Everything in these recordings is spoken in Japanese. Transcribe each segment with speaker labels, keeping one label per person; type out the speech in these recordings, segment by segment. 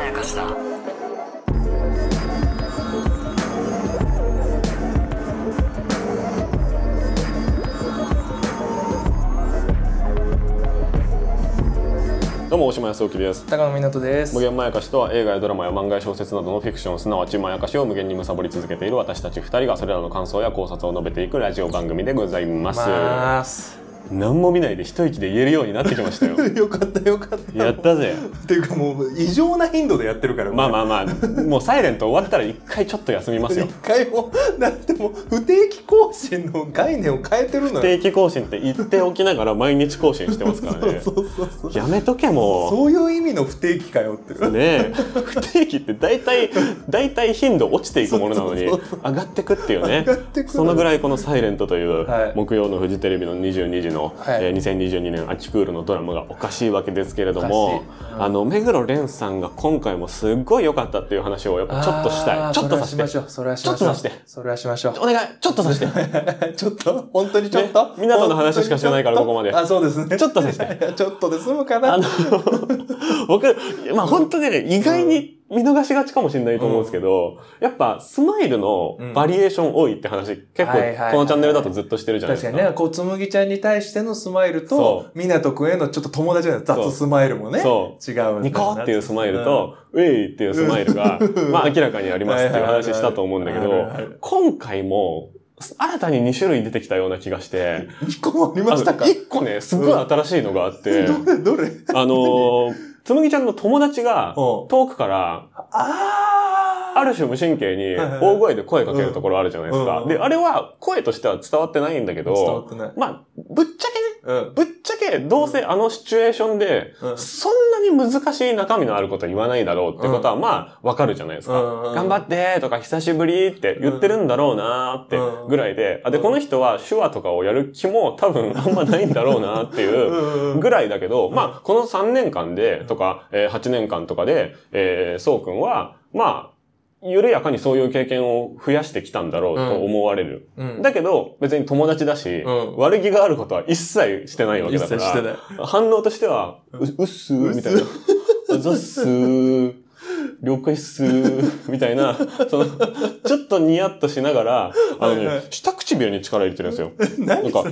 Speaker 1: やかしだ
Speaker 2: どうも大島康之です
Speaker 3: 高野湊です
Speaker 2: 無限まやかしとは映画やドラマや漫画や小説などのフィクションすなわちまやかしを無限に貪り続けている私たち2人がそれらの感想や考察を述べていくラジオ番組でございます、
Speaker 3: まーす
Speaker 2: 何も見ないで一息で言えるようになってきました よ
Speaker 3: よかったよかった
Speaker 2: やったぜ
Speaker 3: っていうかもう異常な頻度でやってるから
Speaker 2: まあまあまあもうサイレント終わったら一回ちょっと休みます
Speaker 3: 一
Speaker 2: よ
Speaker 3: 回もだってもう不定期更新の概念を変えてるのよ
Speaker 2: 定期更新って言っておきながら毎日更新してますからね
Speaker 3: そうそうそう
Speaker 2: やめとけも
Speaker 3: そういう意味の不定期かよって
Speaker 2: う
Speaker 3: る
Speaker 2: ねえ不定期って大体大体頻度落ちていくものなのに
Speaker 3: そ
Speaker 2: 上
Speaker 3: うそう
Speaker 2: がってくっていうね
Speaker 3: 上がってく
Speaker 2: そのぐ
Speaker 3: い
Speaker 2: らいこの「サイレントという
Speaker 3: はい
Speaker 2: 木曜のフジテレビの22時の、
Speaker 3: はい
Speaker 2: えー2022年秋クールのドラマがおかしいわけですけれども
Speaker 3: おかしいうん
Speaker 2: あの目黒蓮さんが今回もすっごい良かったっていう話をやっぱちょっとしたいちょっとさせて
Speaker 3: それはしましょうそれはしまし
Speaker 2: ちょ
Speaker 3: ょ
Speaker 2: っとさせて
Speaker 3: うそれはしましょう
Speaker 2: お願いちょっとさせて
Speaker 3: ちょっと本当にちょっと、
Speaker 2: ね湊の話しかしてないからここまで
Speaker 3: あそうですね
Speaker 2: ちょっとさせて
Speaker 3: い やちょっとで済むか
Speaker 2: あ
Speaker 3: な
Speaker 2: の 僕まあ本当にね意外に見逃しがちかもしれないと思うんですけど、やっぱスマイルのバリエーション多いって話、結構
Speaker 3: はいはいはい
Speaker 2: このチャンネルだとずっとしてるじゃない
Speaker 3: 確
Speaker 2: で
Speaker 3: か
Speaker 2: す
Speaker 3: に
Speaker 2: か。
Speaker 3: ね、こう、つむぎちゃんに対してのスマイル
Speaker 2: そ
Speaker 3: と、みなとくんへのちょっと友達の雑スマイルもね、
Speaker 2: そ
Speaker 3: 違うんだ
Speaker 2: ニコっていうスマイル、と、ウェイっていうスマイルが、まあ明らかにありますっていう話したと思うんだけ
Speaker 3: はいはい
Speaker 2: ど
Speaker 3: はいはいはいはい、
Speaker 2: 今回も、新たに2種類出てきたような気がして、
Speaker 3: 2個もあり
Speaker 2: あ
Speaker 3: ま
Speaker 2: の
Speaker 3: したか
Speaker 2: 1個ね、すごい新しいのがあって、
Speaker 3: どれどれ
Speaker 2: あのー、つむぎちゃんの友達が、
Speaker 3: おう
Speaker 2: 遠くから、
Speaker 3: あー
Speaker 2: ある種無神経に
Speaker 3: はいはい
Speaker 2: 大声で声かけるところあるじゃないです
Speaker 3: うん
Speaker 2: か
Speaker 3: う。ん
Speaker 2: で、あれは声としては伝わってないんだけ
Speaker 3: 伝わ
Speaker 2: ど
Speaker 3: っ、てない。
Speaker 2: まあ、ぶっちゃけね、
Speaker 3: うん。
Speaker 2: ぶっちゃけ、どうせあのシチュエーションで、
Speaker 3: うん
Speaker 2: そんなに難しい中身のあること言わないだろうってことは、まあ、わかるじゃないですか。
Speaker 3: うんうんうん
Speaker 2: 頑張ってとか、久しぶりって言ってるんだろうなーってぐらいで、あで、
Speaker 3: うん
Speaker 2: この人は手話とかをやる気も多分あんまないんだろうなっていう。
Speaker 3: うん
Speaker 2: ぐらいだけど、まあ、この3年間で、とか、えー8年間とかで、えーそうくんは、まあ、緩やかにそういう経験を増やしてきたんだろうと思われる。
Speaker 3: うん
Speaker 2: だけど、別に友達だし、
Speaker 3: うん
Speaker 2: 悪気があることは一切してないわけ
Speaker 3: 一
Speaker 2: だか
Speaker 3: 切
Speaker 2: ら。
Speaker 3: してない。
Speaker 2: 反応としては、ううっすーみたいな。あざっす ー。了解っすー。みたいな、その、ちょっとニヤッとしながら、あの
Speaker 3: はいは
Speaker 2: ね
Speaker 3: い、
Speaker 2: 下唇に力入れてるんですよ。なん
Speaker 3: 何
Speaker 2: か、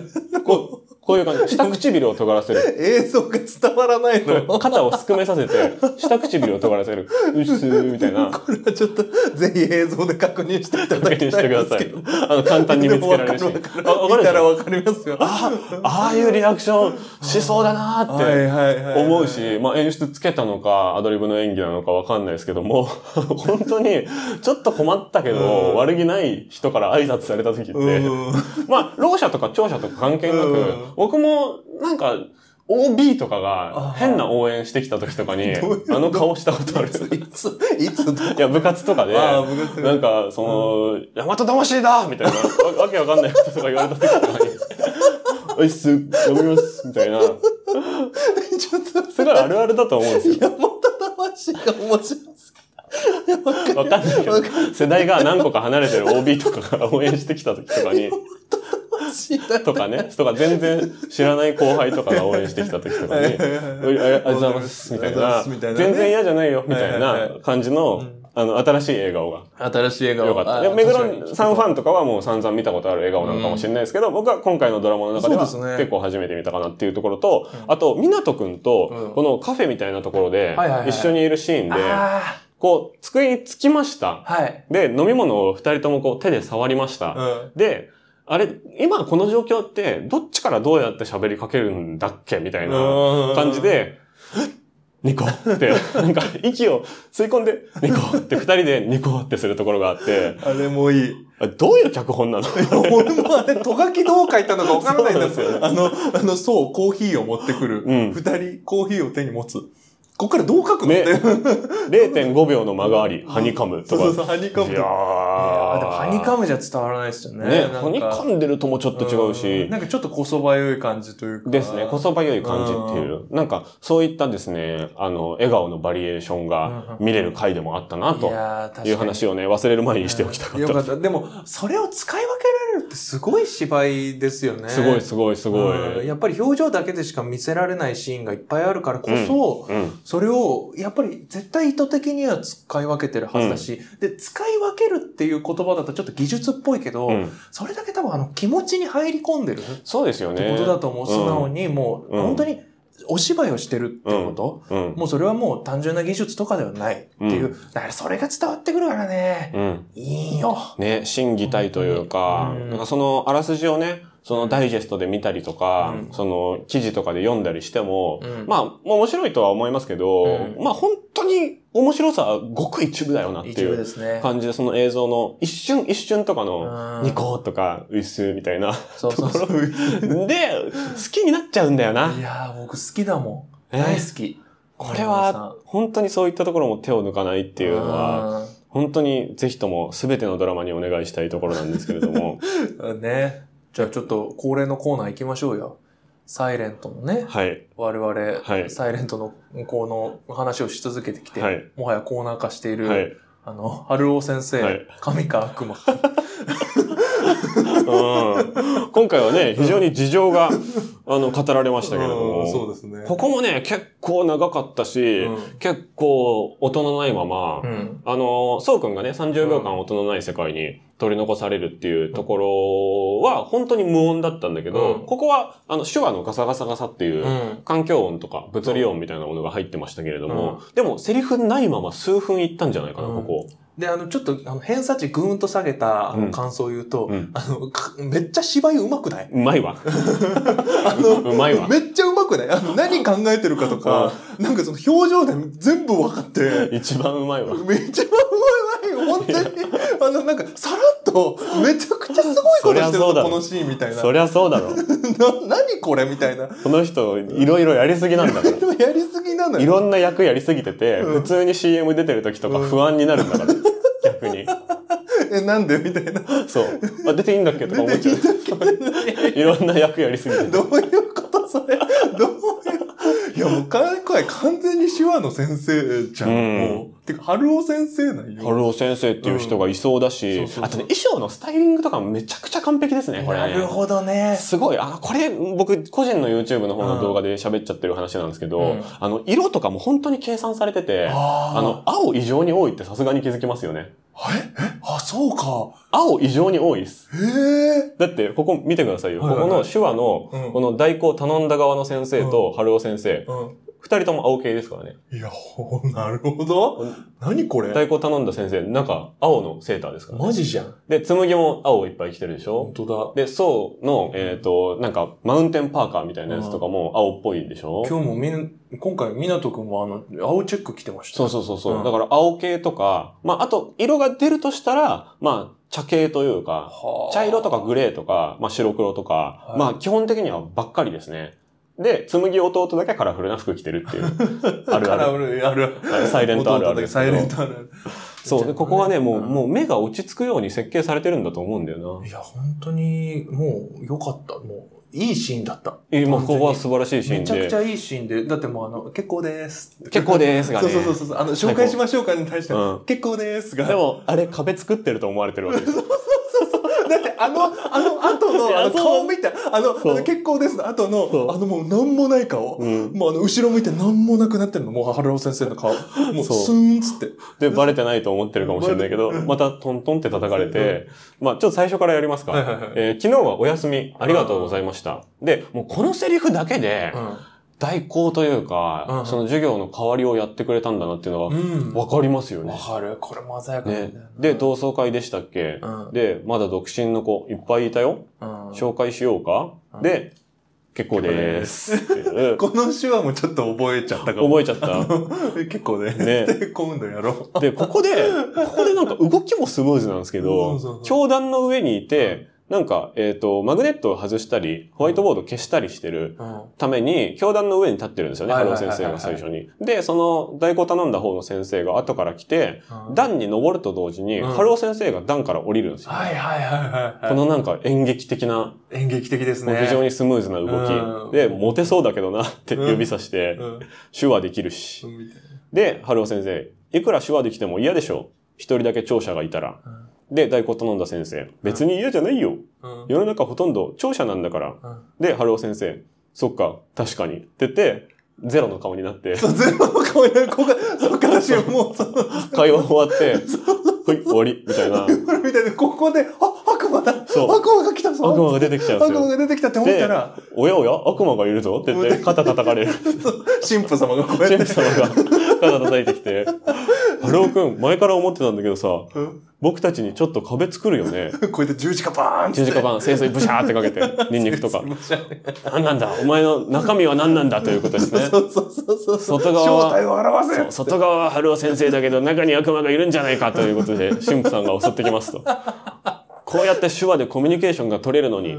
Speaker 2: こう、こういう感じ。下唇を尖らせる。
Speaker 3: 映像が伝わらないの。こ
Speaker 2: 肩をすくめさせて、下唇を尖らせる。うっすー。みたい な。
Speaker 3: れはちょっと、ぜひ映像で確認していただ
Speaker 2: 確
Speaker 3: き
Speaker 2: 認
Speaker 3: た
Speaker 2: し
Speaker 3: い
Speaker 2: てく
Speaker 3: んで
Speaker 2: だ
Speaker 3: す
Speaker 2: さ
Speaker 3: け
Speaker 2: い
Speaker 3: ど。。
Speaker 2: あの、簡単に見つけられるし。
Speaker 3: でもわかる
Speaker 2: あ、
Speaker 3: わ
Speaker 2: わ
Speaker 3: か
Speaker 2: か
Speaker 3: る。
Speaker 2: る
Speaker 3: 見
Speaker 2: で
Speaker 3: た
Speaker 2: し
Speaker 3: ら
Speaker 2: ょ
Speaker 3: わかります
Speaker 2: あ、
Speaker 3: よ。
Speaker 2: ああいうリアクションしそうだなーって。
Speaker 3: はいはいはい。
Speaker 2: 思うし、まあ、演出つけたのか、アドリブの演技なのかわかんないですけども、 本当に、ちょっと困ったけ
Speaker 3: う
Speaker 2: ど、
Speaker 3: ん
Speaker 2: 悪気ない人から挨拶された時っ
Speaker 3: う
Speaker 2: て、
Speaker 3: ん。
Speaker 2: まあ、ろう者とか聴者とか関係な
Speaker 3: う
Speaker 2: く
Speaker 3: ん、
Speaker 2: 僕も、なんか、OB とかが
Speaker 3: あー
Speaker 2: 変な応援してきた時とかに、
Speaker 3: どういうこ
Speaker 2: あの顔したことあ る。
Speaker 3: いつ、いつ、
Speaker 2: いや、部活とかで、
Speaker 3: ああ、部活
Speaker 2: なんか、その、大和魂だみたいな、わわけわかんないこととか言われた時とかに、おいっす、飲みますみたいな、
Speaker 3: ちょっと、
Speaker 2: すごいあるあるだと思うんですよ。
Speaker 3: 山田魂が面白すぎる。
Speaker 2: わかんないけ
Speaker 3: わ
Speaker 2: ど、世代が何個か離れてる OB とかが応援してきた時とかに、
Speaker 3: 魂だ
Speaker 2: とかね、とか全然知らない後輩とかが応援してきた時とかに、おいあありがとうございます、みたいな、全然嫌じゃないよ、みたい
Speaker 3: はいはい
Speaker 2: な
Speaker 3: は
Speaker 2: 感じの、あの、新しい映画が
Speaker 3: 新しい映画
Speaker 2: 良かった。で目黒さんファンとかはもう散々見たことある映顔なのかもしれないですけど、僕は今回のドラマの中では
Speaker 3: そうですね
Speaker 2: 結構初めて見たかなっていうところと、あと、湊くん
Speaker 3: う
Speaker 2: と
Speaker 3: ん、
Speaker 2: このカフェみたいなところで
Speaker 3: はいはいは、い
Speaker 2: 一緒にいるシーンで、
Speaker 3: あ
Speaker 2: こう、机につきました。
Speaker 3: あ、はい。
Speaker 2: で、飲み物を二人ともこう手で触りました。
Speaker 3: うん。
Speaker 2: で、あれ、今この状況って、どっちからどうやって喋りかけるんだっけみたいな感じで、ニコって、なんか息を吸い込んで、ニコって二人でニコってするところがあって、
Speaker 3: あれもいい。
Speaker 2: あどういう脚本な の
Speaker 3: 俺もあれ、とがきどう書いたのかわからないんです
Speaker 2: そう
Speaker 3: よ。あの、あの、そう、コーヒーを持ってくる。
Speaker 2: うん
Speaker 3: 二人、コーヒーを手に持つ。ここからどう書くのっ
Speaker 2: ね
Speaker 3: て。
Speaker 2: ?0.5 秒の間があり、はにかむと
Speaker 3: そう
Speaker 2: か。
Speaker 3: そうそう、ハニカム
Speaker 2: い
Speaker 3: と
Speaker 2: や
Speaker 3: か。
Speaker 2: や
Speaker 3: や、でも、はにかむじゃ伝わらないですよね。
Speaker 2: ね、
Speaker 3: なんか
Speaker 2: はにかんでるともちょっと違うし
Speaker 3: ん、なんかちょっとこそばゆい感じというか。
Speaker 2: ですね、こそばゆい感じっていう、なんか、そういったですね、あの、笑顔のバリエーションが見れる回でもあったな、と
Speaker 3: やー確かに
Speaker 2: いう話をね、忘れる前にしておきたかっ
Speaker 3: よ
Speaker 2: た。
Speaker 3: かった。でも、それを使い分けられるってすごい芝居ですよね。
Speaker 2: すごい、すごい、すご
Speaker 3: うん
Speaker 2: い。
Speaker 3: やっぱり表情だけでしか見せられないシーンがいっぱいあるからこそ、
Speaker 2: うん。
Speaker 3: それを、やっぱり絶対意図的には使い分けてるはずだし、で、使い分けるっていう言葉だとちょっと技術っぽいけど、
Speaker 2: うん
Speaker 3: それだけ多分あの気持ちに入り込んでるって
Speaker 2: そうですよね。
Speaker 3: ことだと思う。
Speaker 2: ね
Speaker 3: 素直にもう、
Speaker 2: うん
Speaker 3: 本当にお芝居をしてるってこと、
Speaker 2: うん。
Speaker 3: もうそれはもう単純な技術とかではないっていう。
Speaker 2: う
Speaker 3: だからそれが伝わってくるからね、
Speaker 2: うん。
Speaker 3: いいよ。
Speaker 2: ね、審議体というか、
Speaker 3: うん
Speaker 2: なんかそのあらすじをね、そのダイジェストで見たりとか、
Speaker 3: うん
Speaker 2: その記事とかで読んだりしても、
Speaker 3: うん
Speaker 2: まあ、もう面白いとは思いますけど、
Speaker 3: うん
Speaker 2: まあ本当に面白さはごく一部だよなって
Speaker 3: 一
Speaker 2: い
Speaker 3: 部
Speaker 2: う
Speaker 3: ですね。
Speaker 2: 感じで、その映像の一瞬一瞬とか
Speaker 3: う
Speaker 2: の、
Speaker 3: ん
Speaker 2: ニコーとか、ウィスみたいな
Speaker 3: そ
Speaker 2: と
Speaker 3: うそ
Speaker 2: こ
Speaker 3: うそう
Speaker 2: ろ で、好きになっちゃうんだよな。
Speaker 3: いやー、僕好きだもん。
Speaker 2: ね
Speaker 3: 大好き。
Speaker 2: これは、本当にそういったところも手を抜かないっていうのは、
Speaker 3: は。
Speaker 2: 本当にぜひとも全てのドラマにお願いしたいところなんですけれど も、
Speaker 3: うんね。じゃあちょっと恒例のコーナー行きましょうよ。サイレントのね、
Speaker 2: はい、
Speaker 3: 我々、
Speaker 2: はい
Speaker 3: サイレントの向こうの話をし続けてきて、
Speaker 2: はい
Speaker 3: もはやコーナー化している、
Speaker 2: はい。
Speaker 3: あの、春尾先生、
Speaker 2: はい
Speaker 3: 神か悪魔。
Speaker 2: うん今回はね、 非常に事情が、あの、語られましたけれど
Speaker 3: うんそう
Speaker 2: も、
Speaker 3: ですね。
Speaker 2: ここもね、結構長かったし、
Speaker 3: うん
Speaker 2: 結構大人のないまま、
Speaker 3: うん。
Speaker 2: あの、そうくんがね、30秒間音のない世界に取り残されるっていうところは、本当に無音だったんだけど、
Speaker 3: うん
Speaker 2: ここは、あの、手話のガサガサガサっていう、
Speaker 3: うん。
Speaker 2: 環境音とか物理音みたいなものが入ってましたけれども、でもセリフないまま数分いったんじゃないかな、
Speaker 3: うん
Speaker 2: こ
Speaker 3: で、あの、ちょっと、あの、偏差値ぐーんと下げた、あ
Speaker 2: うん
Speaker 3: の、感想を言うと、
Speaker 2: こ。うん。
Speaker 3: あの、かめっちゃ芝居上手くないう
Speaker 2: まいわ。
Speaker 3: あの、
Speaker 2: うまいわ。
Speaker 3: めっちゃうまくないあ の、何考えてるかとか、なんかその表情で全部分かって、
Speaker 2: 一番うまいわ。
Speaker 3: めっちゃうまい、本 当に。あの、なんか、さらっと、めちゃくちゃすごいことして
Speaker 2: そ
Speaker 3: る
Speaker 2: りゃそうだ
Speaker 3: ぞ、
Speaker 2: ろ
Speaker 3: このシーンみたいな。
Speaker 2: そりゃそうだろ。
Speaker 3: な、何これみたいな。
Speaker 2: この人、いろいろやりすぎなんだ から。
Speaker 3: やりすぎなの
Speaker 2: い
Speaker 3: よ。
Speaker 2: ろんな役やりすぎてて、
Speaker 3: うん
Speaker 2: 普通に CM 出てる時とか不安になるんだから。逆に。
Speaker 3: え、なんでみたいな。
Speaker 2: そう。あ、出ていいんだっけとか思っちゃう。いろんな役やりすぎてて。
Speaker 3: どういうことそれ。どういう。いや、もう、今回完全に手話の先生じゃん。
Speaker 2: うん
Speaker 3: もう。てか、春尾先生なんよ。
Speaker 2: 春尾先生っていう人がいそうだし、
Speaker 3: うんそうそうそう
Speaker 2: あとね、衣装のスタイリングとかもめちゃくちゃ完璧ですね、これ、ね。
Speaker 3: なるほどね。
Speaker 2: すごい。あ、これ、僕、個人の YouTube の方の動画で喋っちゃってる話なんですけど、
Speaker 3: うん
Speaker 2: あの、色とかも本当に計算されてて、あ
Speaker 3: あ
Speaker 2: の、青異常に多いってさすがに気づきますよね。
Speaker 3: ええあ、そうか。
Speaker 2: 青異常に多いです。
Speaker 3: へえ。
Speaker 2: だって、ここ見てくださいよ。
Speaker 3: はいはいはい
Speaker 2: ここの手話の、
Speaker 3: うん
Speaker 2: この代行頼んだ側の先生と春尾先生、
Speaker 3: う
Speaker 2: 二、人とも青系ですからね。
Speaker 3: ん。いや、ほなるほど。何これ
Speaker 2: 代行頼んだ先生、なんか青のセーターですから、ね。
Speaker 3: マジじゃん。
Speaker 2: で、紬も青をいっぱい着てるでしょ
Speaker 3: 本当
Speaker 2: で、そうの、えっ、と、なんか、マウンテンパーカーみたいなやつとかも青っぽいでしょ
Speaker 3: だ。今日もみん、今回、みなとくんもあの、青チェック着てました。
Speaker 2: そうそうそうそう、
Speaker 3: うん
Speaker 2: だから青系とか、まあ、あと色が出るとしたら、まあ、茶系というか、
Speaker 3: はあ
Speaker 2: 茶色とかグレーとか、まあ、白黒とか、
Speaker 3: はい
Speaker 2: まあ、基本的にはばっかりですね。で、紬弟だけカラフルな服着てるっていう。 ある
Speaker 3: カ
Speaker 2: あ
Speaker 3: ラ
Speaker 2: る。
Speaker 3: フル、あるある。
Speaker 2: サイレントあるある
Speaker 3: 弟だけサイレントあるある。
Speaker 2: そう。で、ここはね、もう、も
Speaker 3: う
Speaker 2: う目が落ち着くように設計されてるんだと思うんだよ
Speaker 3: ん。いや、本当に、もう、良かった。もう、いいシーンだった。
Speaker 2: な。今、ここは素晴らしいシーン
Speaker 3: めちゃくち
Speaker 2: で。
Speaker 3: ゃいいシーンで、だってもう、あの、結構です。
Speaker 2: 結構ですが
Speaker 3: そ
Speaker 2: ね。
Speaker 3: うそうそうそう。あの、紹介しましょうかに対して
Speaker 2: う、ん。
Speaker 3: 結構ですが。
Speaker 2: でも、あれ壁作ってると思われてるわけですよ。
Speaker 3: だってあの、あの後
Speaker 2: い
Speaker 3: の、
Speaker 2: や
Speaker 3: あの
Speaker 2: そう
Speaker 3: 顔見た、あの、
Speaker 2: そう
Speaker 3: あの結構ですの後
Speaker 2: そう
Speaker 3: の、あのもうなんもない顔。
Speaker 2: うん
Speaker 3: もうあの、後ろ向いてなんもなくなってるの、もう春尾先生の顔。も う
Speaker 2: そう
Speaker 3: スーンっつって。
Speaker 2: で、バレてないと思ってるかもしれないけど、またトントンって叩かれて、まあちょっと最初からやりますか。
Speaker 3: はいはいはい
Speaker 2: えー昨日はお休み、ありがとうございました。で、もうこのセリフだけで、代行というか
Speaker 3: う、ん
Speaker 2: その授業の代わりをやってくれたんだなっていうの
Speaker 3: う
Speaker 2: が、
Speaker 3: ん。
Speaker 2: わかりますよ
Speaker 3: わ
Speaker 2: ね。
Speaker 3: かる。これも鮮やかなん
Speaker 2: ね
Speaker 3: だよな。。
Speaker 2: で、同窓会でしたっけ
Speaker 3: うん。
Speaker 2: で、まだ独身の子いっぱいいたよ。
Speaker 3: うん
Speaker 2: 紹介しよう
Speaker 3: う
Speaker 2: か
Speaker 3: ん
Speaker 2: で、結構でーす。っていう
Speaker 3: この手話もちょっと覚えちゃったかも。
Speaker 2: 覚えちゃった。
Speaker 3: 結構ね。
Speaker 2: ね
Speaker 3: で今度やろう。
Speaker 2: で、ここで、ここでなんか動きもスムーズなんですけ
Speaker 3: うん
Speaker 2: ど
Speaker 3: そうそうそ、う
Speaker 2: 教団の上にいて、なんか、えっ、と、マグネットを外したり、ホワイトボードを消したりしてるために、教団の上に立ってるんですよね、
Speaker 3: は
Speaker 2: ハ
Speaker 3: いは
Speaker 2: ロ
Speaker 3: い
Speaker 2: ー
Speaker 3: はいはい
Speaker 2: 先生が最初に。で、その代行頼んだ方の先生が後から来て、段に登ると同時に、
Speaker 3: うん
Speaker 2: ハロー先生が段から降りるんですよ。
Speaker 3: はいはいはいはいはい。
Speaker 2: このなんか演劇的な、
Speaker 3: 演劇的ですね。
Speaker 2: 非常にスムーズな
Speaker 3: う
Speaker 2: 動
Speaker 3: ん
Speaker 2: きで、モテそうだけどなって
Speaker 3: うん
Speaker 2: 指さして、
Speaker 3: うん。
Speaker 2: 手話できるし。
Speaker 3: うんみたい
Speaker 2: で、ハロー先生、いくら手話できても嫌でしょ。一人だけ聴者がいたら。
Speaker 3: な
Speaker 2: で、代行頼んだ先生、別に嫌じゃないよ。
Speaker 3: うんうん
Speaker 2: 世の中ほとんど聴者なんだから。
Speaker 3: うん
Speaker 2: で、ハロー先生、そっか、確かに。って言って、ゼロの顔になって、
Speaker 3: そう、全部の顔になる子が、そっからしもう、その、
Speaker 2: 会話終わって、はい、終わり、みたいな。
Speaker 3: みたいで、ここで、あ、悪魔だ悪
Speaker 2: そう
Speaker 3: 魔が来たぞ
Speaker 2: 悪魔が出てきちゃうんです
Speaker 3: 悪魔
Speaker 2: よ。
Speaker 3: が出てきたって思ったら、
Speaker 2: おやおや、悪魔がいるぞって言って、肩叩か れる。
Speaker 3: 神父様がこうや
Speaker 2: シ
Speaker 3: っ
Speaker 2: ェ
Speaker 3: て
Speaker 2: フ、様が肩叩いてきて、ハロー君、前から思ってたんだけどさ、
Speaker 3: うん
Speaker 2: 僕たちにちょっと壁作るよね。
Speaker 3: こうやって十字架バーンって。
Speaker 2: 十字架版、清水ブシャーってかけて、ニンニクと か
Speaker 3: すい。ません
Speaker 2: 何なんだお前の中身は何なんだということですね。
Speaker 3: そうそうそうそう。
Speaker 2: 外側は
Speaker 3: 正体を表せ
Speaker 2: そう外側は春尾先生だけど中に悪魔がいるんじゃないかということ で神父さんが襲ってきますと。こうやって手話でコミュニケーションが取れるのに、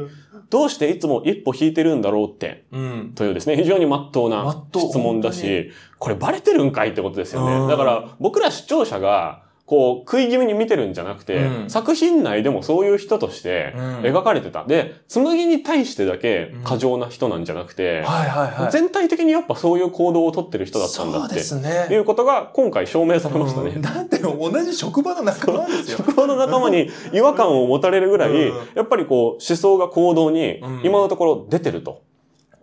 Speaker 2: どうしていつも一歩引いてるんだろうって、
Speaker 3: うん。
Speaker 2: というですね、非常に真っ当
Speaker 3: 真
Speaker 2: な
Speaker 3: っ当
Speaker 2: 質問だ
Speaker 3: 本
Speaker 2: し、これバレてるんかいってことですよ
Speaker 3: うん
Speaker 2: ね。だから僕ら視聴者が、こう、食い気味に見てるんじゃなくて、
Speaker 3: うん
Speaker 2: 作品内でもそういう人として
Speaker 3: うん
Speaker 2: 描かれてた。で、紬に対してだけ
Speaker 3: うん
Speaker 2: 過剰な人なんじゃなくて、
Speaker 3: はいはいはい。
Speaker 2: 全体的にやっぱそういう行動をとってる人だったんだ
Speaker 3: そ
Speaker 2: っ
Speaker 3: うで
Speaker 2: て
Speaker 3: す
Speaker 2: とい
Speaker 3: ね。
Speaker 2: うことが今回証明されました
Speaker 3: うん
Speaker 2: ね。
Speaker 3: だって同じ職場の仲間ですよ。
Speaker 2: 職場の仲間に違和感を持たれるぐらい
Speaker 3: うん、
Speaker 2: やっぱりこう思想が行動に
Speaker 3: うん
Speaker 2: 今のところ出てると。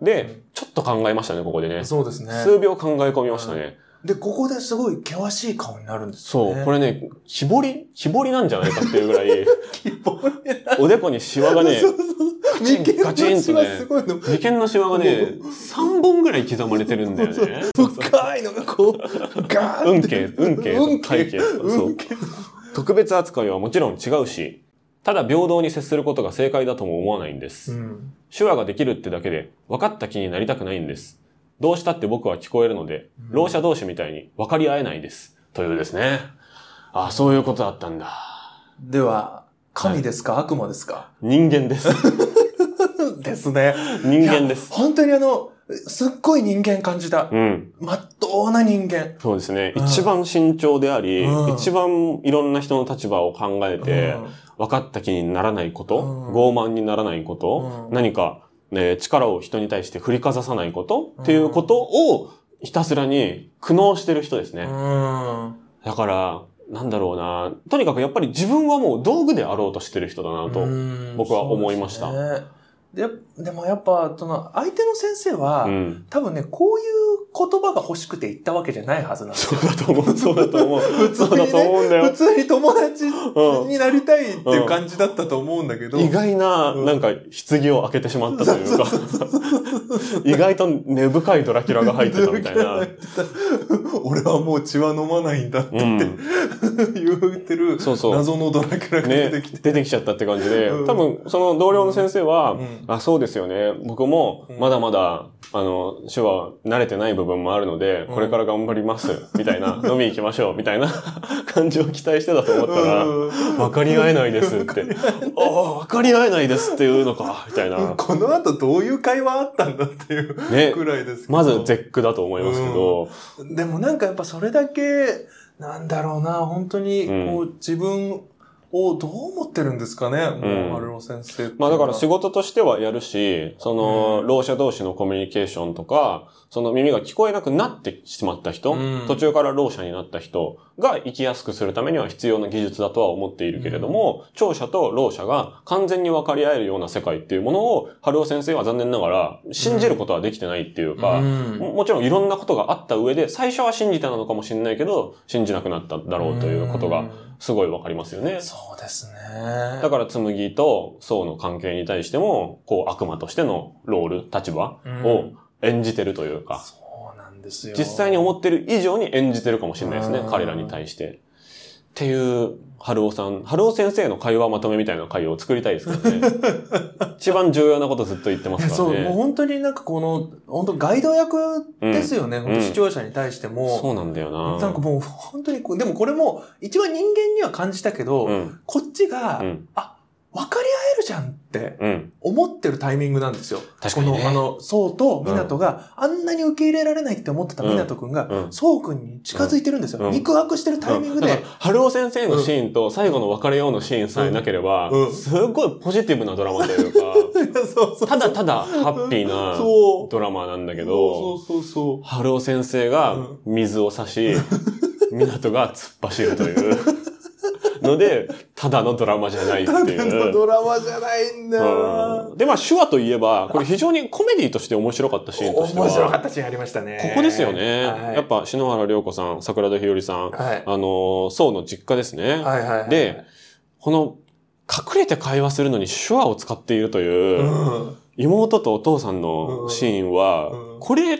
Speaker 3: う
Speaker 2: で
Speaker 3: ん、
Speaker 2: ちょっと考えましたね、ここでね。
Speaker 3: そうですね。
Speaker 2: 数秒考え込みましたね。
Speaker 3: で、ここですごい険しい顔になるんです
Speaker 2: そ
Speaker 3: よ
Speaker 2: う、
Speaker 3: ね。
Speaker 2: これね、木彫り、木彫りなんじゃないかっていうぐらい、おでこにシワがね
Speaker 3: そ、うそうそう眉間
Speaker 2: ガチン
Speaker 3: のシ
Speaker 2: とね
Speaker 3: ワすごいの。
Speaker 2: 眉間のシワがね、3本ぐらい刻まれてるんだよね。
Speaker 3: 深いのがこう、ガーン
Speaker 2: 運
Speaker 3: って。
Speaker 2: 慶、運慶
Speaker 3: 運
Speaker 2: と
Speaker 3: 慶
Speaker 2: 会慶とそう
Speaker 3: 運。慶
Speaker 2: 特別扱いはもちろん違うし、ただ平等に接することが正解だとも思わないんです。
Speaker 3: うん
Speaker 2: 手話ができるってだけで分かった気になりたくないんです。どうしたって僕は聞こえるので、
Speaker 3: うん
Speaker 2: ろう者同士みたいに分かり合えないです。というですね。あ、そういうことだったんだ。
Speaker 3: では、神ですか、悪魔ですか
Speaker 2: 人間 です。
Speaker 3: ですね。
Speaker 2: 人間です。
Speaker 3: 本当にあの、すっごい人間感じた。
Speaker 2: うん。
Speaker 3: まっとうな人間。
Speaker 2: そうですね。
Speaker 3: うん
Speaker 2: 一番慎重であり、
Speaker 3: うん
Speaker 2: 一番いろんな人の立場を考えて、
Speaker 3: うん
Speaker 2: 分かった気にならないこと、
Speaker 3: うん
Speaker 2: 傲慢にならないこと、
Speaker 3: うん
Speaker 2: 何か、ね、力を人に対して振りかざさないこと、
Speaker 3: うん
Speaker 2: っていうことをひたすらに苦悩してる人ですね。
Speaker 3: うん。
Speaker 2: だから、なんだろうな。とにかくやっぱり自分はもう道具であろうとしてる人だなと。うん。
Speaker 3: うん
Speaker 2: 僕は思いました
Speaker 3: そうですねででもやっぱ、その、相手の先生は、多分ね、こういう言葉が欲しくて言ったわけじゃないはずなん で
Speaker 2: そ
Speaker 3: す
Speaker 2: う
Speaker 3: よ。
Speaker 2: だと思う。そうだと思う。
Speaker 3: 普通に
Speaker 2: そうだと思うんだ
Speaker 3: 普
Speaker 2: よ。
Speaker 3: 通に友達
Speaker 2: う
Speaker 3: になりたいっていう感じだったと思うんだけど。
Speaker 2: ん。意外な、
Speaker 3: うん
Speaker 2: なんか、棺を開けてしまったというか、意外と根深いドラキュラが入ってたみたいな。
Speaker 3: 俺はもう血は飲まないんだって
Speaker 2: うん。
Speaker 3: 言ってる、
Speaker 2: そうそう
Speaker 3: 謎のドラキュラが
Speaker 2: ね
Speaker 3: 出てきて。、
Speaker 2: 出てきちゃったって感じで、
Speaker 3: うん
Speaker 2: 多分、その同僚の先生は、
Speaker 3: うん
Speaker 2: あ、そうですよね。僕も
Speaker 3: うん、
Speaker 2: まだまだ、あの、手話慣れてない部分もあるので、
Speaker 3: うん
Speaker 2: これから頑張ります、みたい な、飲み行きましょう、みたいな 感じを期待してたと思ったら、
Speaker 3: うん
Speaker 2: 分かり合えないですって。ああ、分かり合えないですっていうのか、みたいな。
Speaker 3: この後どういう会話あったんだっていう
Speaker 2: ね。
Speaker 3: くらいですけど。
Speaker 2: まず絶句だと思いますけど、
Speaker 3: でもなんかやっぱそれだけ、なんだろうな、本当に、こう、自分をどう思ってるんですかね、もう、春尾先生っていうの
Speaker 2: まあ
Speaker 3: は。
Speaker 2: だから仕事としてはやるし、その、
Speaker 3: うん
Speaker 2: ろう者同士のコミュニケーションとか、その耳が聞こえなくなってしまった人、
Speaker 3: うん
Speaker 2: 途中からろう者になった人が生きやすくするためには必要な技術だとは思っているけれども、聴者とろう者が完全に分かり合えるような世界っていうものを、春尾先生は残念ながら信じることはできてないっていうか、
Speaker 3: うん
Speaker 2: ももちろんいろんなことがあった上で、最初は信じたのかもしれないけど、信じなくなっただろうということ
Speaker 3: う
Speaker 2: が、
Speaker 3: ん
Speaker 2: すごいわかりますよね。
Speaker 3: そうです ね。
Speaker 2: だから、紬と宋の関係に対しても、こう、悪魔としてのロール、立場を演じてるというか、
Speaker 3: そうなんですよ。
Speaker 2: 実際に思ってる以上に演じてるかもしれないですね
Speaker 3: う、ん
Speaker 2: 彼らに対して。っていう、春尾さん、春尾先生の会話まとめみたいな会を作りたいですからね。 一番重要なことずっと言ってま
Speaker 3: いや
Speaker 2: すか
Speaker 3: そう、
Speaker 2: ら
Speaker 3: もう
Speaker 2: ね。
Speaker 3: 本当になんかこの、本当ガイド役ですよね、
Speaker 2: ん
Speaker 3: 本当視聴者に対して
Speaker 2: そ
Speaker 3: も。
Speaker 2: うなんだよな。
Speaker 3: なんかもう本当にこう、でもこれも一番人間には感じたけど、
Speaker 2: うん、
Speaker 3: こっちが、
Speaker 2: うん
Speaker 3: あ、分かり合えるじゃんって
Speaker 2: うん。
Speaker 3: 思ってるタイミングなんですよ。
Speaker 2: 確かにね
Speaker 3: この、あの、そうと湊が、あんなに受け入れられないって思ってた湊くんが、
Speaker 2: うん。
Speaker 3: そうくんに近づいてるんです
Speaker 2: う
Speaker 3: よ。
Speaker 2: ん
Speaker 3: 肉薄してるタイミング
Speaker 2: だか
Speaker 3: で
Speaker 2: ら、、春尾先生のシーンと最後の別れようのシーンさえなければ
Speaker 3: うんう、ん
Speaker 2: すごいポジティブなドラマというか、
Speaker 3: そうそう。
Speaker 2: ただただハッピーな
Speaker 3: そう。
Speaker 2: ドラマなんだけ
Speaker 3: そ
Speaker 2: ど
Speaker 3: う、そうそう
Speaker 2: 春尾先生が水を差し、港が突っ走るという。ので、ただのドラマじゃないって
Speaker 3: そう。た
Speaker 2: い
Speaker 3: だ
Speaker 2: う
Speaker 3: の。ドラマじゃないんだよ
Speaker 2: うんで、まあ、手話といえば、これ非常にコメディとして面白かったシーンとしては、
Speaker 3: 面白か
Speaker 2: こ
Speaker 3: ったシーンありましたね。
Speaker 2: こですよね。
Speaker 3: はい
Speaker 2: やっぱ、篠原涼子さん、桜田ひよりさん、
Speaker 3: はい。
Speaker 2: あの、宋の実家ですね。
Speaker 3: はいはいはい。
Speaker 2: で、この、隠れて会話するのに手話を使っているというう、
Speaker 3: ん。
Speaker 2: 妹とお父さんのシーンは、
Speaker 3: うん
Speaker 2: これ、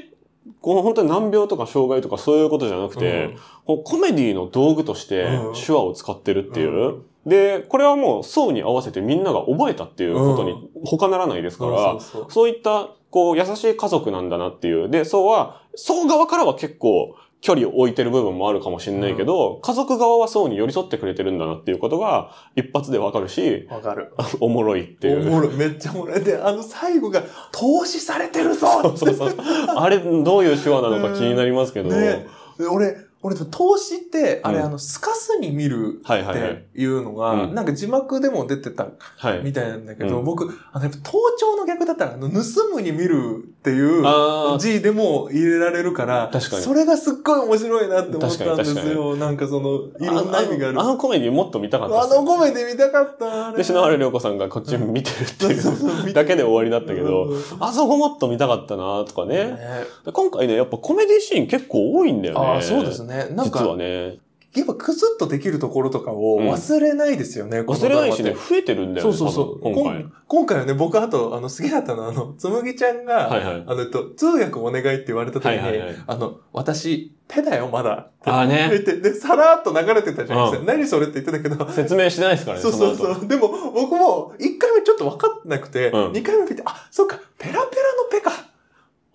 Speaker 2: こう本当に難病とか障害とかそういうことじゃなくて、こうコメディの道具として
Speaker 3: うん
Speaker 2: 手話を使ってるっていう。
Speaker 3: う
Speaker 2: で、これはもう層に合わせてみんなが覚えたっていうことに他ならないですか
Speaker 3: そ
Speaker 2: ら、
Speaker 3: うそうそう。
Speaker 2: そういった、こう、優しい家族なんだなっていう。で、そうは、そう側からは結構、距離を置いてる部分もあるかもしれないけど、家族側はそうに寄り添ってくれてるんだなっていうことが、一発でわかるし、
Speaker 3: わかる。
Speaker 2: おもろいってい
Speaker 3: お
Speaker 2: う。
Speaker 3: もろいめっちゃおもろい。で、あの最後が、投資されてるぞ
Speaker 2: そうそうそう。 あれ、どういう手話なのか気になりますけど。
Speaker 3: ねで俺、俺、投資って、あれ、
Speaker 2: うん
Speaker 3: あの、透かすに見る
Speaker 2: はいは
Speaker 3: っ
Speaker 2: いはい。
Speaker 3: ていうのが、
Speaker 2: うん
Speaker 3: なんか字幕でも出てた
Speaker 2: はい。
Speaker 3: みたいなんだけど、
Speaker 2: うん
Speaker 3: 僕、あの、やっぱ盗聴の逆だったら、あの、盗むに見るっていう
Speaker 2: あー
Speaker 3: 字でも入れられるから、
Speaker 2: 確かに
Speaker 3: それがすっごい面白いなって思ったんです
Speaker 2: 確かに
Speaker 3: よ。なんかその、いろんな意味がある。
Speaker 2: あ
Speaker 3: あ
Speaker 2: ののコメディもっと見たかったです
Speaker 3: のコメで見たかった。あれ
Speaker 2: で、篠原涼子さんがこっち見てるってい
Speaker 3: そう
Speaker 2: う
Speaker 3: そうそう見て
Speaker 2: だけで終わりだったけど、
Speaker 3: うん
Speaker 2: あそこもっと見たかったなとかね。
Speaker 3: ね
Speaker 2: で今回ね、やっぱコメディシーン結構多いんだよね。
Speaker 3: ああ、そうですね。なん
Speaker 2: 実は
Speaker 3: か、
Speaker 2: ね。
Speaker 3: やっぱクスッとできるところとかを
Speaker 2: うん
Speaker 3: 忘れないですよね。この
Speaker 2: 忘れないしね、
Speaker 3: ドラマって。
Speaker 2: 増えてるんだよ
Speaker 3: そう
Speaker 2: ね。
Speaker 3: そうそう。
Speaker 2: 多分今回
Speaker 3: こん。今回はね、僕あと、あの、好きだったのは、あの、つむぎちゃんが、
Speaker 2: はいはい。
Speaker 3: あの、えっと、通訳お願いって言われた時に、
Speaker 2: はいはいはい
Speaker 3: あの、私、ペだよ、まだ。
Speaker 2: ああ
Speaker 3: 言
Speaker 2: ね。
Speaker 3: って、で、さらっと流れてたじゃないですか。何それって言ってた けど、
Speaker 2: 説明してないですからね、
Speaker 3: そうそう
Speaker 2: の後
Speaker 3: そう。でも、僕も、1回目ちょっと分かんなくて、
Speaker 2: うん
Speaker 3: 二2回目見て、あ、そっか、ペラペラのペか。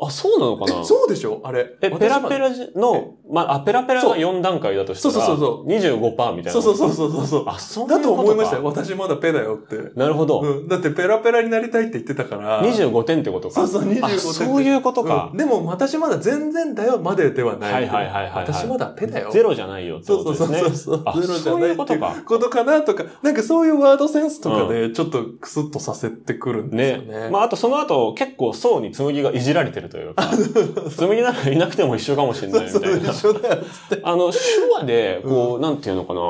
Speaker 2: あ、そうなのかな
Speaker 3: え、そうでしょあれ。
Speaker 2: え、ペラペ
Speaker 3: ラ。
Speaker 2: ラの、まあ、あペラペラが4段階だとしたら、
Speaker 3: そうそうそう
Speaker 2: 25%みたいな。
Speaker 3: そうそうそうそうそう。
Speaker 2: あ、そう
Speaker 3: だと思いました
Speaker 2: よ。
Speaker 3: よ。私まだペだよって。
Speaker 2: なるほど。
Speaker 3: うん。だってペラペラになりたいって言ってたから。
Speaker 2: 25点ってことか。
Speaker 3: そうそう、25
Speaker 2: あ、
Speaker 3: 点。
Speaker 2: そういうことか
Speaker 3: うん。でも、私まだ全然だよまでではない。
Speaker 2: はいはいはいはいはい
Speaker 3: 私まだペだよ。
Speaker 2: ゼロじゃないよって
Speaker 3: そ
Speaker 2: こ
Speaker 3: う
Speaker 2: と
Speaker 3: そ
Speaker 2: で
Speaker 3: う
Speaker 2: す
Speaker 3: そ
Speaker 2: ね。
Speaker 3: うそう。
Speaker 2: あ、
Speaker 3: ゼロじゃ
Speaker 2: そう
Speaker 3: ないいう
Speaker 2: ことか。
Speaker 3: ことかなとか、なんかそういうワードセンスとかで、ちょっとクスッとさせてくるんですよね。
Speaker 2: ね。まあ、あとその後、結構層に紬がいじられてるというか、紬なんかいなくても一緒かもしれ
Speaker 3: そ
Speaker 2: な
Speaker 3: う
Speaker 2: い
Speaker 3: そ
Speaker 2: みた
Speaker 3: う、
Speaker 2: いな。
Speaker 3: 一緒だよ。
Speaker 2: あの、手話で、こう、なんていうのかな、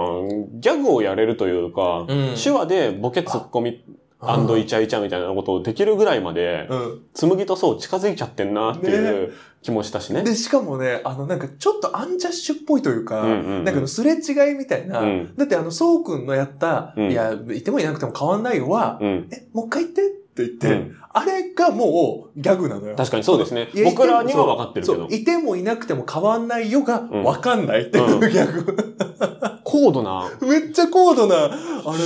Speaker 2: ギャグをやれるというか、
Speaker 3: うん
Speaker 2: 手話でボケツッコミイチャイチャみたいなことをできるぐらいまで、
Speaker 3: うん。
Speaker 2: 紬とそう近づいちゃってんなっていう気もしたしね。
Speaker 3: で、しかもね、あの、なんかちょっとアンジャッシュっぽいというか、
Speaker 2: うんうんうん
Speaker 3: なんかすれ違いみたいな、
Speaker 2: うん
Speaker 3: だってあの、そうくんのやった、
Speaker 2: うん
Speaker 3: いや、いてもいなくても変わんないよは、
Speaker 2: うん。
Speaker 3: え、もう一回言ってって言
Speaker 2: う
Speaker 3: って、
Speaker 2: ん
Speaker 3: あれがもうギャグなのよ。
Speaker 2: 確かにそうですね
Speaker 3: いや。
Speaker 2: 僕らには分かってるけ
Speaker 3: そ
Speaker 2: ど
Speaker 3: う、、いてもいなくても変わんないよが、
Speaker 2: うん
Speaker 3: わかんないっていうギャグ。
Speaker 2: 高度な、
Speaker 3: めっちゃ高度な、あれ。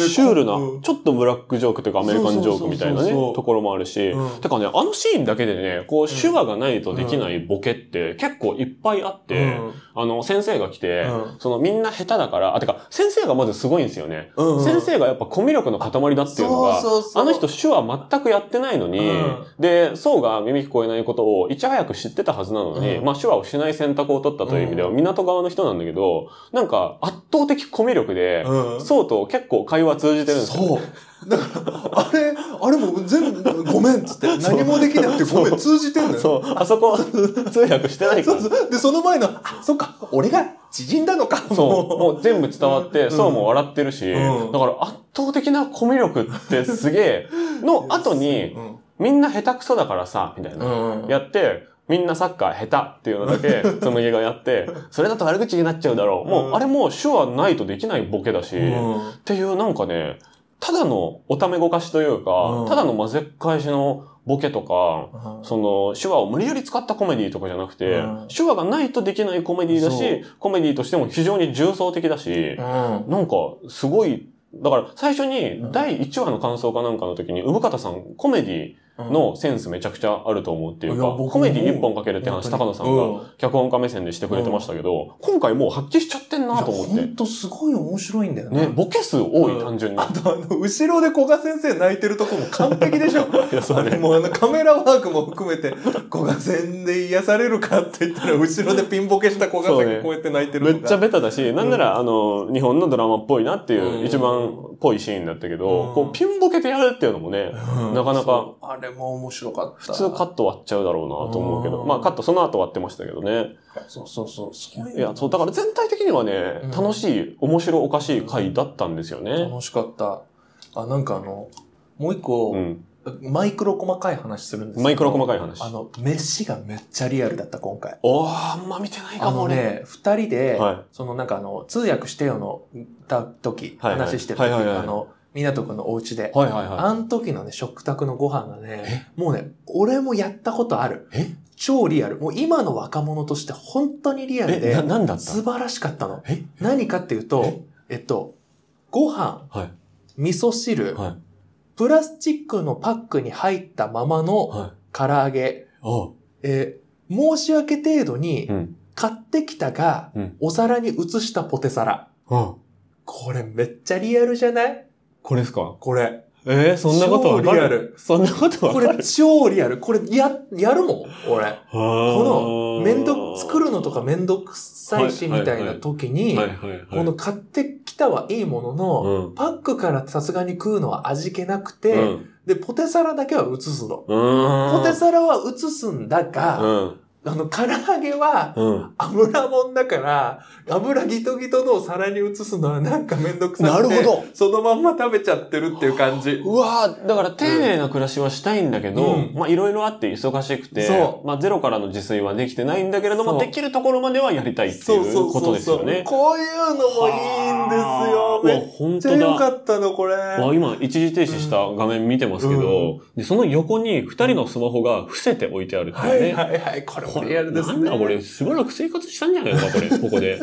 Speaker 2: シュールな
Speaker 3: うん、
Speaker 2: ちょっとブラックジョークというかアメリカンジョークみたいなね、
Speaker 3: そうそうそうそう
Speaker 2: ところもあるし、
Speaker 3: うん
Speaker 2: てかね、あのシーンだけでね、こう手話がないとできないボケって結構いっぱいあって、あの、先生が来て、
Speaker 3: うん
Speaker 2: そのみんな下手だから、あ、てか、先生がまずすごいんですよね。
Speaker 3: うん
Speaker 2: 先生がやっぱコミュ力の塊だっていうのが、
Speaker 3: そうそうそう
Speaker 2: あの人手話全くやってないのに、
Speaker 3: うん
Speaker 2: で、そうが耳聞こえないことをいち早く知ってたはずなのに、
Speaker 3: うん
Speaker 2: まあ手話をしない選択を取ったという意味では、
Speaker 3: う
Speaker 2: 港側の人なんだけど、なんか圧倒的コミュ力で、
Speaker 3: うん
Speaker 2: そうと結構会話通じてるんですよ。
Speaker 3: そう。だから、あれ、あれも全部、ごめんっつって、何もできなくてごめん、通じてんのよ。
Speaker 2: そう、あそこ通訳してないか
Speaker 3: そう
Speaker 2: ら。
Speaker 3: そう。で、その前の、あ、そっか、俺が縮んだのか。
Speaker 2: そう。もう全部伝わって、
Speaker 3: うん
Speaker 2: そうも笑ってるし、
Speaker 3: うん
Speaker 2: だから圧倒的なコミュ力ってすげ え、の後に、
Speaker 3: うん。
Speaker 2: みんな下手くそだからさ、みたいな。
Speaker 3: うん
Speaker 2: やって、みんなサッカー下手っていうのだけ、 紬がやって、それだと悪口になっちゃうだろう。も
Speaker 3: う
Speaker 2: う、
Speaker 3: ん
Speaker 2: あれもう手話ないとできないボケだし、っ
Speaker 3: うん
Speaker 2: ていうなんかね、ただのおためごかしというか
Speaker 3: う、ん
Speaker 2: ただの混ぜっ返しのボケとか、その手話を無理やり使ったコメディとかじゃなくて、
Speaker 3: うん
Speaker 2: 手話がないとできないコメディだ
Speaker 3: そ
Speaker 2: し、コメディとしても非常に重層的だし
Speaker 3: う、ん。
Speaker 2: なんかすごい、だから最初に
Speaker 3: うん
Speaker 2: 第1話の感想かなんかの時に、産方さんコメディのセンスめちゃくちゃあると思うっていう
Speaker 4: いや
Speaker 2: か
Speaker 4: 僕、も
Speaker 2: コメディ一本かけるって話、
Speaker 4: 本当
Speaker 2: 高
Speaker 4: に
Speaker 2: 野さんが脚本家目線でしてくれてましたけど、今回もう発揮しちゃってんなと思っ
Speaker 4: いや
Speaker 2: て
Speaker 4: ほ。んとすごい面白いんだよね。
Speaker 2: ね、ボケ数多い、
Speaker 4: うん
Speaker 2: 単純に
Speaker 4: あ。と、あの、後ろで古賀先生泣いてるとこも完璧でしょ。
Speaker 2: いや、 そ
Speaker 4: あ
Speaker 2: う
Speaker 4: れ
Speaker 2: ね。
Speaker 4: もうあのカメラワークも含めて、古賀線で癒されるかって言ったら、後ろでピンボケした古賀
Speaker 2: そう
Speaker 4: 線
Speaker 2: ね
Speaker 4: がこうやって泣いてる
Speaker 2: め
Speaker 4: の
Speaker 2: っちゃ
Speaker 4: が。
Speaker 2: ベタだし、なんなら、あの、日本のドラマっぽいなっていうう、
Speaker 4: ん
Speaker 2: 一番っぽいシーンだったけど、
Speaker 4: うん
Speaker 2: こう、ピンボケてやるっていうのもね、
Speaker 4: うん
Speaker 2: なかなか
Speaker 4: そうあれも面白かっ
Speaker 2: 普
Speaker 4: た。
Speaker 2: 通カット割っちゃうだろうなと思うけど、
Speaker 4: うん
Speaker 2: まあカットその後割ってましたけどね。
Speaker 4: そうそうそう。そういう
Speaker 2: いや、そう、だから全体的にはね
Speaker 4: うん、
Speaker 2: 楽しい、面白おかしい回だったんですよね。
Speaker 4: 楽しかった。あ、なんかあの、もう一
Speaker 2: う
Speaker 4: 個、
Speaker 2: ん。
Speaker 4: マイクロ細かい話するんですけど
Speaker 2: マイクロ細かい話
Speaker 4: あ。の、飯がめっちゃリアルだった、今回。
Speaker 2: おー、あんま見てない
Speaker 4: あ
Speaker 2: かも
Speaker 4: の
Speaker 2: ね。
Speaker 4: ね、二人で、
Speaker 2: は
Speaker 4: そのなんかあの、通訳してよの、た時、
Speaker 2: はいはい
Speaker 4: 話してる時、
Speaker 2: はいはいはい
Speaker 4: あの、港くんのお家で、
Speaker 2: い。はいはい
Speaker 4: あ
Speaker 2: は
Speaker 4: ん時のね、食卓のご飯がね、もうね、俺もやったことある。
Speaker 2: え
Speaker 4: 超リアル。もう今の若者として本当にリア
Speaker 2: い。
Speaker 4: ル
Speaker 2: え、な、
Speaker 4: で、
Speaker 2: なんだった
Speaker 4: 素晴らしかったの。
Speaker 2: え
Speaker 4: 何かっていうと、えっと、ご飯、
Speaker 2: はい
Speaker 4: 味噌汁、
Speaker 2: はい。
Speaker 4: プラスチックのパックに入ったままの
Speaker 2: はい。
Speaker 4: 唐揚げ、
Speaker 2: お
Speaker 4: えー申し訳程度に
Speaker 2: うん。
Speaker 4: 買ってきたが、
Speaker 2: うん
Speaker 4: お皿に移したポテサラ。
Speaker 2: あ、
Speaker 4: これめっちゃリアルじゃない
Speaker 2: これですか
Speaker 4: これ。
Speaker 2: えー、そんなことわか
Speaker 4: 超リア
Speaker 2: る
Speaker 4: ル。
Speaker 2: そんなことわ
Speaker 4: こ
Speaker 2: かる
Speaker 4: れ超リアル。これや、やるもん俺。こ
Speaker 2: こ
Speaker 4: の、めんど、作るのとかめんどくさいし、
Speaker 2: はい
Speaker 4: みたいな時に、
Speaker 2: はいはいはい。
Speaker 4: この買ってきたはいいものの、
Speaker 2: うん、
Speaker 4: パックからさすがに食うのは味気なく
Speaker 2: う
Speaker 4: て、
Speaker 2: ん。
Speaker 4: で、ポテサラだけは移すの。
Speaker 2: ポ
Speaker 4: ポテサラは移すんだが、
Speaker 2: うん。
Speaker 4: あの、唐揚げは
Speaker 2: うん。
Speaker 4: 油もんだから、油ギトギトのを皿に移すのはなんかめんどくさくて、
Speaker 2: なるほど
Speaker 4: そのまんま食べちゃってるっていう感じ。
Speaker 2: うわーだから丁寧な暮らしはしたいんだけど、
Speaker 4: うん
Speaker 2: まあいろいろあって忙しくて、
Speaker 4: そ
Speaker 2: まあゼロからの自炊はできてないんだけれど
Speaker 4: そ
Speaker 2: も、
Speaker 4: う
Speaker 2: できるところまではやりたいっていうことですよね。
Speaker 4: こういうのもいいんですよ。めっ
Speaker 2: 本
Speaker 4: ちゃ
Speaker 2: 当
Speaker 4: 良か
Speaker 2: だ。
Speaker 4: ったの、これ。
Speaker 2: わ今、一時停止した画面見てますけど、でその横に二人のスマホが伏せて置いてあるって
Speaker 4: は
Speaker 2: いうね。
Speaker 4: いはいはい。これ
Speaker 2: こ
Speaker 4: も
Speaker 2: れ
Speaker 4: リアルですね。
Speaker 2: なんだこれ、しばらく生活したんじゃないかな、これ、ここ で。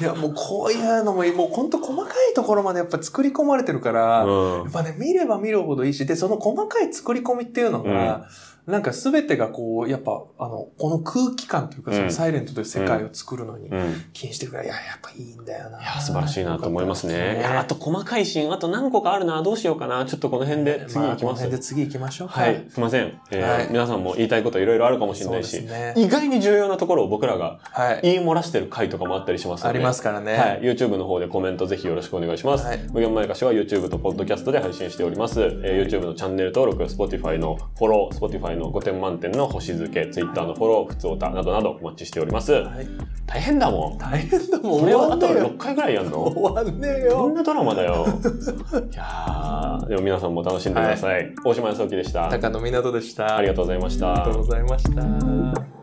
Speaker 4: いや、もうこういうのもいい。もうほんと細かいところまでやっぱ作り込まれてるから、
Speaker 2: うん
Speaker 4: やっぱね、見れば見るほどいいし、で、その細かい作り込みっていうのが、なんか全てがこう、やっぱ、あの、この空気感というか、
Speaker 2: うん
Speaker 4: そのサイレントという世界を作るのに
Speaker 2: うん
Speaker 4: 気にしてるから、いや、やっぱいいんだよな。
Speaker 2: いや、素晴らしいなと思いますね。いや、あと細かいシーン、あと何個かあるな、どうしようかな。ちょっとこの辺で次
Speaker 4: まあ
Speaker 2: 行き
Speaker 4: この
Speaker 2: ます。
Speaker 4: 辺で次行きましょうか。
Speaker 2: はい、すいません。えー
Speaker 4: はい
Speaker 2: 皆さんも言いたいこといろいろあるかもしれ
Speaker 4: そう
Speaker 2: な
Speaker 4: で
Speaker 2: いし、
Speaker 4: すね。
Speaker 2: 意外に重要なところを僕らが
Speaker 4: はい。
Speaker 2: 言い漏らしてる回とかもあったりします
Speaker 4: あ
Speaker 2: ので、
Speaker 4: りますからね。
Speaker 2: はい、YouTube の方でコメントぜひよろしくお願いします。
Speaker 4: はい
Speaker 2: 無限前かしは YouTube と Podcast で配信しております。えー YouTube のチャンネル登録、Spotify のフォロー、Spotify の5点満点の星付け、Twitter のフォロー、普通オタなどなどお待ちしております。
Speaker 4: はい
Speaker 2: 大変だもん。
Speaker 4: 大変だもん、
Speaker 2: こ
Speaker 4: 終
Speaker 2: れ
Speaker 4: わ
Speaker 2: はあ
Speaker 4: ん
Speaker 2: と
Speaker 4: ねえよ。
Speaker 2: 6回ぐらいやんの
Speaker 4: 終わんねえ
Speaker 2: どん
Speaker 4: よ。
Speaker 2: なドラマだ よ。いやーでも皆さんも楽しんでください。大島康之でした。
Speaker 4: 高野湊でした。
Speaker 2: ありがとうございました
Speaker 4: ありがとうございました。